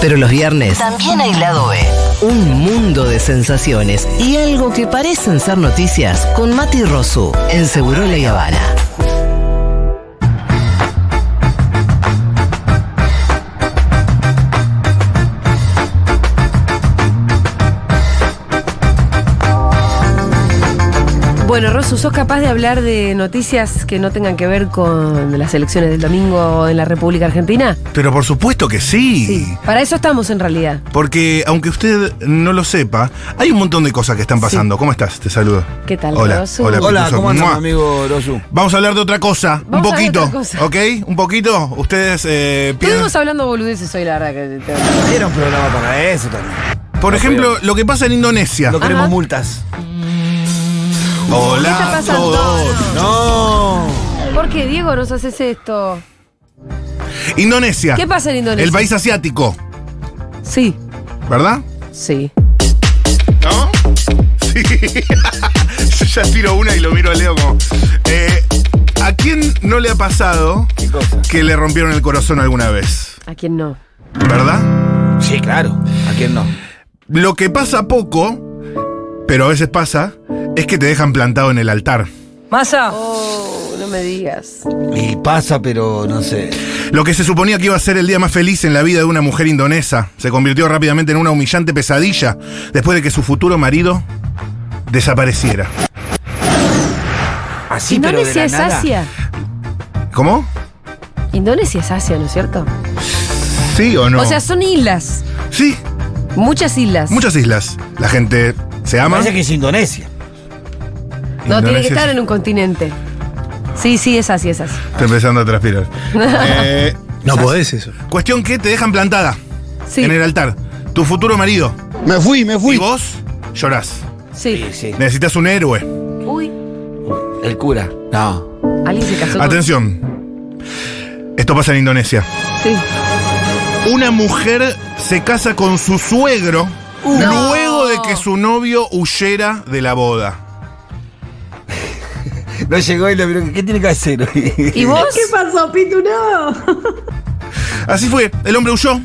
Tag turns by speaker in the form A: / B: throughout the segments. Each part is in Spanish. A: Pero los viernes
B: También hay lado B.
A: Un mundo de sensaciones y algo que parecen ser noticias con Mati Rosu en Seguro La Habana.
C: Bueno, Rosu, ¿sos capaz de hablar de noticias que no tengan que ver con las elecciones del domingo en la República Argentina?
D: Pero por supuesto que sí.
C: Para eso estamos en realidad.
D: Porque aunque usted no lo sepa, hay un montón de cosas que están pasando. ¿Cómo estás? Te saludo.
C: ¿Qué tal,
D: Hola.
C: Rosu?
D: Hola,
E: Hola,
D: Petuso.
E: ¿cómo andan,
D: Mua.
E: amigo Rosu?
D: Vamos a hablar de otra cosa,
C: Vamos
D: un
C: a hablar de
D: poquito,
C: otra cosa.
D: ¿ok? Un poquito. Ustedes eh,
C: Estuvimos
D: piensan-
C: hablando boludeces hoy, la verdad. Que te-
E: Era un programa para eso también.
D: Por ejemplo, lo que pasa en Indonesia.
E: No queremos
C: Ajá.
E: multas.
C: Ah, ¿Qué está
D: Hola a
C: pasando?
D: todos.
E: No.
C: ¿Por qué, Diego, nos haces esto?
D: Indonesia.
C: ¿Qué pasa en Indonesia?
D: El país asiático,
C: Sí,
D: ¿verdad?
C: sí.
D: ¿No? Sí. Yo ya tiro una y lo miro a Leo como. eh, ¿A quién no le ha pasado
E: ¿Qué cosa?
D: que le rompieron el corazón alguna vez?
C: ¿A quién no?
D: ¿Verdad?
E: Sí, claro. ¿A quién no?
D: Lo que pasa poco, pero a veces pasa, es que te dejan plantado en el altar.
C: Oh, no me digas.
E: Y pasa, pero no sé.
D: Lo que se suponía que iba a ser el día más feliz en la vida de una mujer indonesa se convirtió rápidamente en una humillante pesadilla después de que su futuro marido desapareciera.
E: Así, pero de
C: Indonesia
E: la
C: es
E: nada.
C: Asia.
D: ¿Cómo?
C: Indonesia es Asia, ¿no es cierto?
D: ¿Sí o no?
C: O sea, son islas.
D: sí,
C: Muchas islas.
D: muchas islas. La gente se ama.
E: Parece que es Indonesia.
C: No, tiene que
D: Indonesia
C: estar
D: es-
C: en un continente. Sí, sí, es así, es así.
D: Estoy empezando a transpirar. Eh,
F: No podés eso.
D: cuestión que te dejan plantada
C: Sí,
D: en el altar. Tu futuro marido.
F: Me fui, me
D: Y vos llorás.
C: sí.
E: sí.
D: Necesitas un héroe.
C: Uy,
E: El cura. No.
C: alguien se casó. con-
D: Atención. Esto pasa en Indonesia.
C: Sí.
D: Una mujer se casa con su suegro
C: No.
D: luego de que su novio huyera de la boda.
E: No llegó y le preguntó, ¿qué tiene que hacer hoy?
C: ¿Y vos?
D: Así fue, el hombre huyó.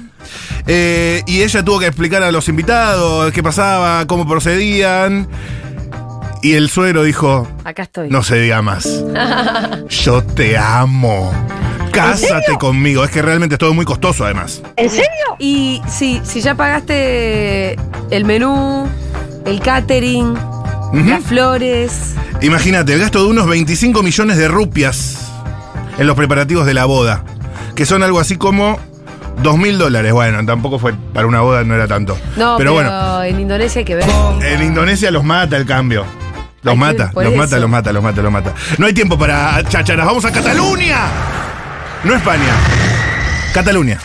D: eh, y ella tuvo que explicar a los invitados qué pasaba, cómo procedían. Y el suegro dijo,
C: Acá estoy.
D: no se diga más. Yo te amo. Cásate conmigo. Es que realmente es todo muy costoso además.
C: Y sí, si ya pagaste el menú, el catering,
D: Ujú.
C: las flores.
D: Imagínate, el gasto de unos 25 millones de rupias en los preparativos de la boda, que son algo así como 2 mil dólares. Bueno, tampoco fue para una boda, no era tanto.
C: No, pero,
D: pero, bueno,
C: en Indonesia hay que ver.
D: en Indonesia los mata el cambio. Los
C: Hay que-
D: mata,
C: por
D: los
C: eso.
D: mata, los mata, los mata, los mata. No hay tiempo para chacharas. ¡Vamos a Cataluña! No España. Cataluña.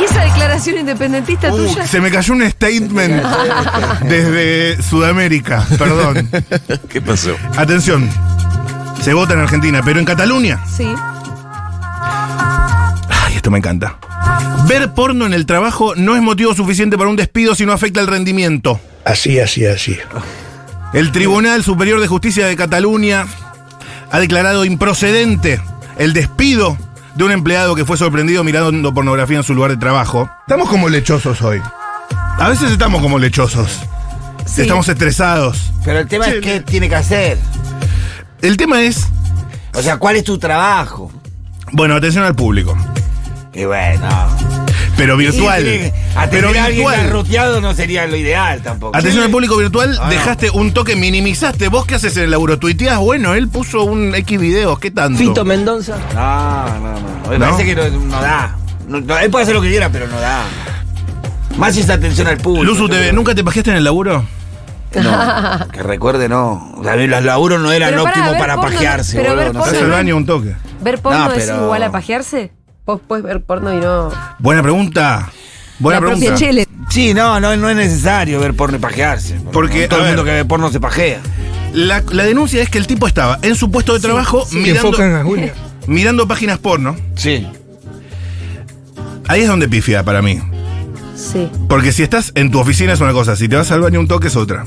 C: ¿Y esa declaración independentista
D: Uh,
C: tuya?
D: se me cayó un statement desde Sudamérica. Perdón.
G: ¿Qué pasó?
D: Atención. Se vota en Argentina, pero en Cataluña.
C: Sí.
D: Ay, esto me encanta. Ver porno en el trabajo no es motivo suficiente para un despido si no afecta el rendimiento.
F: Así, así, así.
D: El Tribunal Superior de Justicia de Cataluña ha declarado improcedente el despido de un empleado que fue sorprendido mirando pornografía en su lugar de trabajo. Estamos como lechosos hoy. A veces estamos como lechosos.
C: sí.
D: Estamos estresados.
E: Pero el tema
D: Sí.
E: es qué tiene que hacer.
D: El tema es,
E: O sea, ¿cuál es tu trabajo?
D: bueno, atención al público,
E: Y bueno.
D: pero virtual.
E: Atender
D: pero
E: a alguien
D: virtual.
E: garroteado no sería lo ideal tampoco.
D: Atención al público virtual,
E: Ah.
D: dejaste un toque, minimizaste. ¿Vos qué haces en el laburo? ¿Tuiteás? Bueno, él puso un X videos, ¿qué tanto?
F: Mendoza.
E: No, no, no. Me
D: ¿No?
E: parece que no, no da. No- no, él puede hacer lo que quiera, pero no da. Más esa atención al público.
D: Luzu TV, ¿nunca te pajeaste en el laburo?
E: No, que recuerde, no. O sea, los laburos no eran
C: Pero pará,
E: óptimos
C: ver
E: para
C: porno no-
E: pajearse,
C: pero
E: boludo.
C: ver
E: no
C: porno
D: Vas
E: sé.
D: al baño un toque.
C: ¿Ver porno
E: No,
C: es
E: pero-
C: igual a pajearse? ¿Vos podés ver porno y no...?
D: Buena pregunta. Buena
C: la
D: pregunta.
C: propia Chele.
E: Sí, no, no, no es necesario ver porno y pajearse.
D: Porque,
E: todo
D: a
E: el mundo
D: ver.
E: que ve porno se pajea.
D: La, la denuncia es que el tipo estaba en su puesto de trabajo mirando,
F: enfocan a Julia.
D: mirando páginas porno.
E: Sí.
D: Ahí es donde pifia para mí.
C: Sí.
D: Porque si estás en tu oficina es una cosa, si te vas al baño un toque es otra.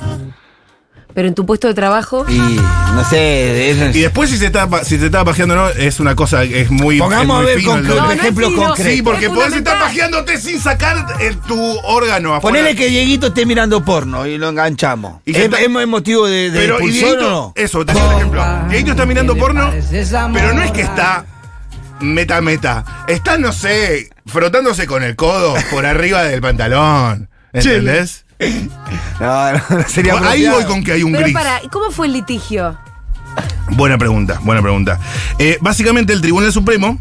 C: pero en tu puesto de trabajo.
E: Y no sé, de eso es-
D: Y después si se está, pa- si se está pajeando o no, es una cosa, es muy
E: Pongamos
D: es muy
E: a ver
D: fino el
E: concre-
D: dolor.
C: No, no es
E: ejemplos
C: fino.
E: concretos.
D: Sí, porque
C: Es
D: podés estar
C: fundamental.
D: pajeándote sin sacar eh, tu órgano afuera.
E: Ponele que Dieguito esté mirando porno y lo enganchamos.
D: Y
E: ¿Es,
D: que está-
E: es motivo de, de
D: Pero, ¿y
E: expulsión
D: Dieguito?
E: o no?
D: Eso, te doy un ejemplo. Dieguito está mirando porno, pero no es que está meta meta. Está, no sé, frotándose con el codo por arriba del pantalón. ¿Entendés?
E: No, no, no sería
D: Ahí
E: apropiado.
D: voy con que hay un
C: Pero
D: gris.
C: para, ¿y cómo fue el litigio?
D: Buena pregunta, buena pregunta. Eh, básicamente el Tribunal Supremo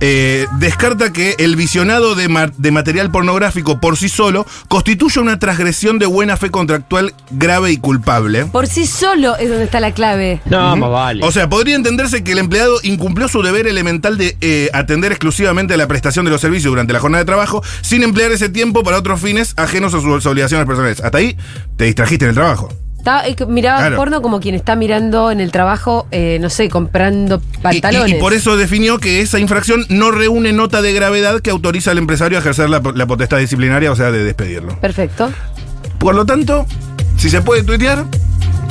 D: eh, descarta que el visionado de, ma- de material pornográfico por sí solo constituye una transgresión de buena fe contractual grave y culpable.
C: Por sí solo es donde está la clave.
B: No, más vale.
D: O sea, podría entenderse que el empleado incumplió su deber elemental de eh, atender exclusivamente a la prestación de los servicios durante la jornada de trabajo sin emplear ese tiempo para otros fines ajenos a sus obligaciones personales. Hasta ahí te distrajiste en el trabajo.
C: Está- eh, miraba
D: Claro.
C: porno como quien está mirando en el trabajo, eh, no sé, comprando
D: Y- y-
C: pantalones.
D: Y, por eso definió que esa infracción no reúne nota de gravedad que autoriza al empresario a ejercer la, la potestad disciplinaria, o sea, de despedirlo.
C: Perfecto.
D: Por lo tanto, si se puede tuitear,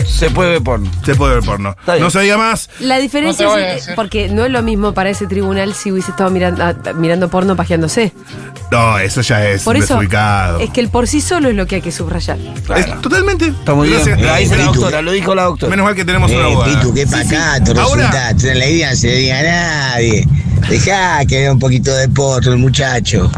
E: Se puede ver porno.
D: se puede ver porno.
E: Está bien.
D: No se diga más.
C: La diferencia
B: No te eh. voy a
C: es
B: decir.
C: porque no es lo mismo para ese tribunal si hubiese estado mirando, ah, mirando porno pajeándose.
D: No, eso ya es
C: Por eso
D: desubicado.
C: es que el por sí solo es lo que hay que subrayar.
D: Es- totalmente.
E: Está muy bien.
D: Gracias.
E: Lo dice la
G: Pitu.
E: doctora, lo dijo la doctora.
D: Menos mal que tenemos una
G: Eh,
D: abogada.
G: Pitu, qué pacato,
D: Ahora-
G: resultaste. En la idea no se le diga a nadie. Dejá que dé un poquito de potro el muchacho.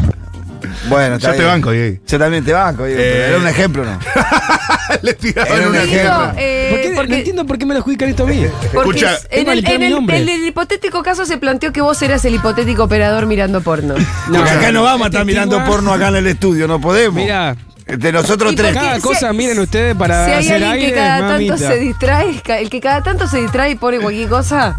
E: Bueno, está
D: Yo te
E: bien.
D: banco, Diego.
E: Yo también te banco, Diego.
D: Eh.
E: pero Era un ejemplo, ¿no?
D: Le tiraban
E: Era un
D: una-
E: ejemplo.
C: Digo, eh,
B: ¿Por qué?
C: porque-
B: No entiendo por qué me lo adjudican esto a mí.
C: porque
D: Escucha,
C: es- en,
B: Tengo
C: el,
B: que limpiar
C: en
B: mi
C: el-
B: nombre.
C: en el hipotético caso se planteó que vos eras el hipotético operador mirando porno.
E: Porque acá no vamos a
B: Este
E: estar mirando
B: estigma-
E: porno acá en el estudio, no podemos.
B: Mira,
E: Entre nosotros
C: Y
E: tres.
C: porque
B: cada
C: si-
B: cosa miren ustedes para
C: si hay
B: hacer
C: alguien
B: aire,
C: que cada
B: mamita.
C: tanto se distrae, ca- el que cada tanto se distrae y pone cualquier cosa,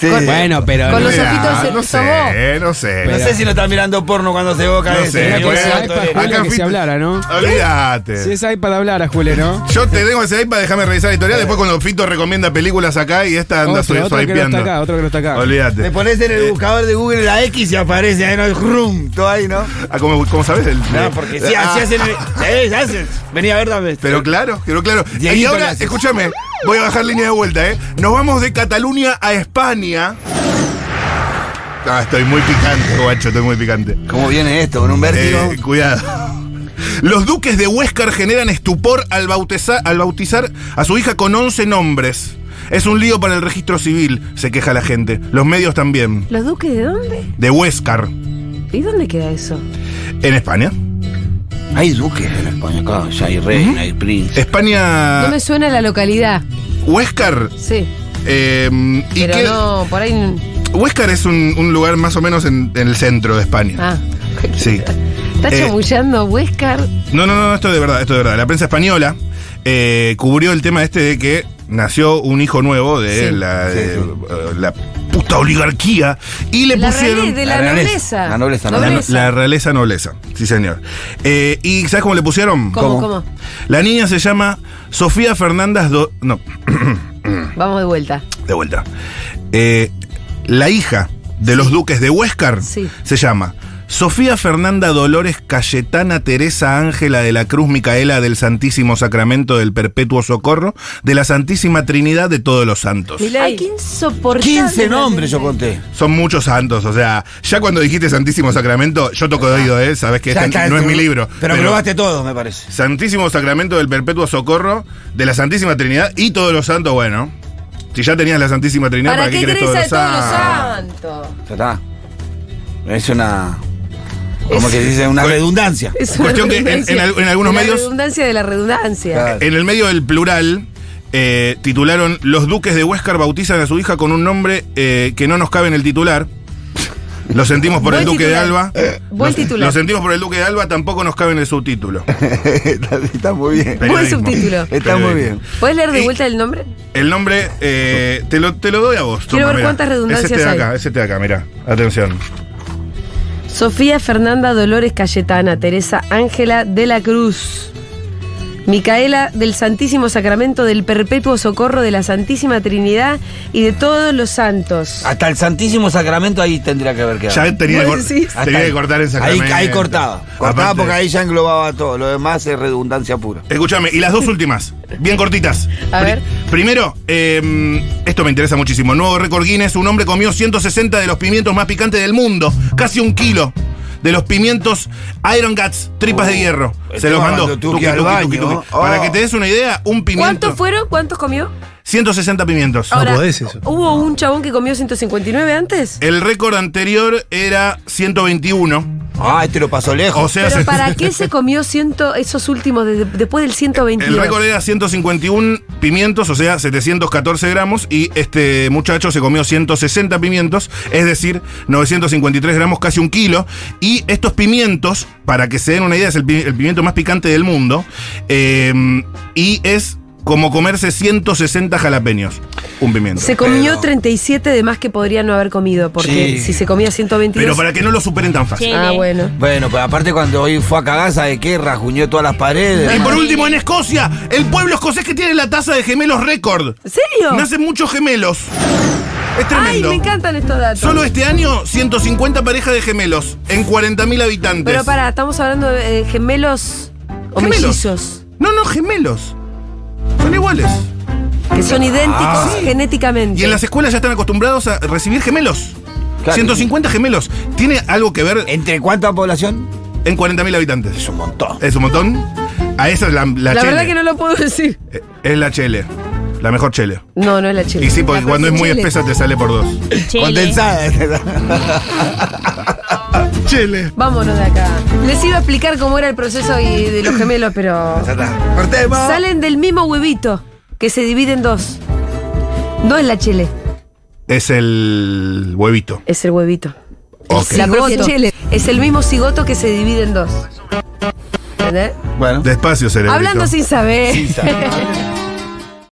E: Sí.
B: Bueno, pero
C: Con
B: no-
C: los
D: Mirá,
C: ojitos se
D: No
C: los tomó.
D: sé, no sé.
E: No sé si no está mirando porno cuando se boca
D: No
E: ese, ¿eh?
D: sé,
E: señor.
B: Mirá que
D: pues,
B: ese iPad
D: acá
B: es que
D: fuiste-
B: se hablara, ¿no?
D: Olvídate.
B: Si es ahí para hablar a Jule, ¿no?
D: Yo te tengo ese iPad, déjame revisar la historia. Después cuando Fito recomienda películas acá y esta anda
B: Eh. Otro,
D: swi-
B: otro que no está
D: swipeando.
B: acá, otro que no está acá.
E: Le
D: Olvídate. Eh,
E: pones en el buscador de Google la X y aparece ahí, ¿no? El Rum, todo ahí, ¿no?
D: Ah, ¿cómo, cómo sabes? El,
E: No, porque si
D: Ah,
E: así hacen. ¿Sabes? Hacen. Vení a ver, dame.
D: Pero claro, pero claro.
E: Dieguito
D: Y ahora,
E: le hace-
D: escúchame, voy a bajar línea de vuelta, ¿eh? Nos vamos de Cataluña a España. Ah, estoy muy picante, guacho, estoy muy picante.
E: ¿Cómo viene esto? ¿Con un vértigo?
D: Eh, cuidado. Los duques de Huéscar generan estupor al, bautiza- al bautizar a su hija con 11 nombres. Es un lío para el registro civil, se queja la gente. Los medios también.
C: ¿Los duques de dónde?
D: De Huéscar,
C: ¿Y dónde queda eso?
D: en España.
G: Hay duques en España, acá. Ya hay reina, hay príncipe.
C: No
D: España,
C: me suena la localidad.
D: Huéscar.
C: Sí.
D: eh, y
C: Pero
D: que-
C: no, por ahí. n-
D: Huéscar es un, un lugar más o menos en, en el centro de España.
C: Ah.
D: Sí.
C: Está
D: Eh,
C: chamullando Huescar.
D: No, no, no, esto de verdad, esto de verdad. La prensa española eh, cubrió el tema este de que nació un hijo nuevo de,
C: Sí.
D: la, de, eh, la puta oligarquía y le
C: La
D: pusieron...
C: realeza, de la,
E: La realeza.
C: nobleza.
E: La nobleza,
D: La, la realeza nobleza, sí señor. Eh, ¿Y sabes cómo le pusieron?
C: ¿Cómo,
E: ¿Cómo?
C: cómo?
D: La niña se llama Sofía Fernández... Do- no,
C: Vamos de vuelta.
D: de vuelta. Eh, la hija de los duques de Huéscar
C: Sí.
D: se llama Sofía Fernanda Dolores Cayetana Teresa Ángela de la Cruz Micaela del Santísimo Sacramento del Perpetuo Socorro de la Santísima Trinidad de todos los santos.
C: Hay que
E: Eh,
C: insoportable.
E: 15 nombres yo conté.
D: Son muchos santos, o sea, ya cuando dijiste Santísimo Sacramento, yo toco de oído, ¿eh? Sabes que
E: Ya
D: este
E: está,
D: no es
E: seguro.
D: mi libro.
E: Pero probaste todo, me parece.
D: Santísimo Sacramento del Perpetuo Socorro de la Santísima Trinidad y todos los santos, bueno. Si ya tenías la Santísima Trinidad, ¿para,
C: ¿Para qué
D: querés
C: querés a todos los
D: santos?
C: santos?
E: Ya está. Es una. Como que dice, una
D: Pues-
E: redundancia.
C: Es una
D: Cuestión que en-
C: redundancia.
D: en al- en algunos
C: La
D: medios-
C: redundancia de la redundancia.
E: Claro.
D: En el medio del plural, eh, titularon Los duques de Huéscar bautizan a su hija con un nombre eh, que no nos cabe en el titular. Lo sentimos por
C: Buen
D: el duque
C: titular. Eh,
D: de Alba.
C: Buen
D: Lo-
C: titular.
D: Lo sentimos por el duque de Alba, tampoco nos cabe en el subtítulo.
E: está, está muy bien.
C: Buen
D: Periodismo.
C: subtítulo.
E: Está muy bien.
C: ¿Puedes leer de
D: Y-
C: vuelta el nombre?
D: El nombre, eh, te, lo, te lo doy a vos.
C: Quiero ver
D: mirá.
C: cuántas redundancias
D: Es este de
C: hay.
D: acá, es este de acá, mira. Atención.
C: Sofía Fernanda Dolores Cayetana, Teresa Ángela de la Cruz, Micaela del Santísimo Sacramento, del Perpetuo Socorro, de la Santísima Trinidad y de todos los santos.
E: Hasta el Santísimo Sacramento ahí tendría que haber quedado.
D: Ya tenía, que,
C: ¿Vos
D: cor-
C: decís?
D: tenía que cortar en
E: ahí,
D: Sacramento.
E: ahí cortaba. Cortaba
D: Aparte-
E: porque ahí ya englobaba todo. Lo demás es redundancia pura.
D: Escúchame, y las dos últimas, bien cortitas.
C: A
D: Pri-
C: ver.
D: Primero, eh, esto me interesa muchísimo. Nuevo récord Guinness, un hombre comió 160 de los pimientos más picantes del mundo, casi un kilo. De los pimientos Iron Guts, tripas de hierro. Se
E: encima
D: los mandó.
E: cuando Uh, Tuki al baño.
D: Para
E: Oh.
D: que te des una idea, un pimiento.
C: ¿Cuántos fueron? ¿Cuántos comió?
D: 160 pimientos.
F: No podés eso.
C: ¿Hubo un chabón que comió 159 antes?
D: El récord anterior era 121.
E: Ah, este lo pasó lejos.
D: O sea,
C: ¿Pero
D: se-
C: para qué se comió ciento, esos últimos de- después del 122?
D: El récord era 151 pimientos, o sea, 714 gramos, y este muchacho se comió 160 pimientos, es decir, 953 gramos, casi un kilo. Y estos pimientos, para que se den una idea, es el, pi- el pimiento más picante del mundo, eh, y es como comerse 160 jalapeños, un pimiento.
C: Se comió 37 de más que podría no haber comido, porque
E: Sí.
C: si se comía 122...
D: Pero para que no lo superen tan fácil.
C: Ah, bueno.
E: Bueno, pero aparte cuando hoy fue a cagaza de que rajuñó todas las paredes.
D: Y por último, en Escocia, el pueblo escocés que tiene la tasa de gemelos récord.
C: ¿En serio?
D: Nacen muchos gemelos. Es
C: Ay,
D: tremendo.
C: me encantan estos datos.
D: Solo este año, 150 parejas de gemelos en 40.000 habitantes.
C: Pero para, estamos hablando de eh, gemelos o
D: Gemelos.
C: mellizos,
D: No, no, gemelos. Son iguales.
C: que son idénticos
D: Ah. sí.
C: genéticamente.
D: Y en las escuelas ya están acostumbrados a recibir gemelos.
E: Claro.
D: 150 gemelos. ¿Tiene algo que ver
E: ¿Entre cuánta población?
D: en 40.000 habitantes?
E: Es un montón.
D: Es un montón. A esa es la,
C: la
D: la, chele.
C: verdad que no lo puedo decir.
D: Eh, Es la chele. La mejor chele.
C: No, no es la chile.
D: Y sí, porque cuando es muy espesa te sale por dos.
E: Condensada.
D: Chele.
C: Vámonos de acá. Les iba a explicar cómo era el proceso y de los gemelos, pero
E: Ya está. Cortemos.
C: salen del mismo huevito que se divide en dos. No es la chile,
D: Es el huevito.
C: es el huevito.
D: Ok.
C: La propia chile. Es el mismo cigoto que se divide en dos. ¿Entendés?
E: Bueno.
D: Despacio, cerebrito.
C: Hablando sin saber.
E: Sí, sabe.